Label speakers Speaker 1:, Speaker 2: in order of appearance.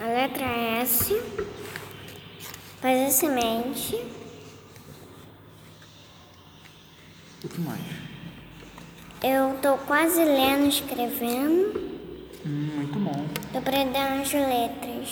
Speaker 1: a letra é S, faz a semente,
Speaker 2: O que mais?
Speaker 1: eu tô quase lendo, escrevendo,
Speaker 2: Hum, muito bom.
Speaker 1: tô aprendendo as letras.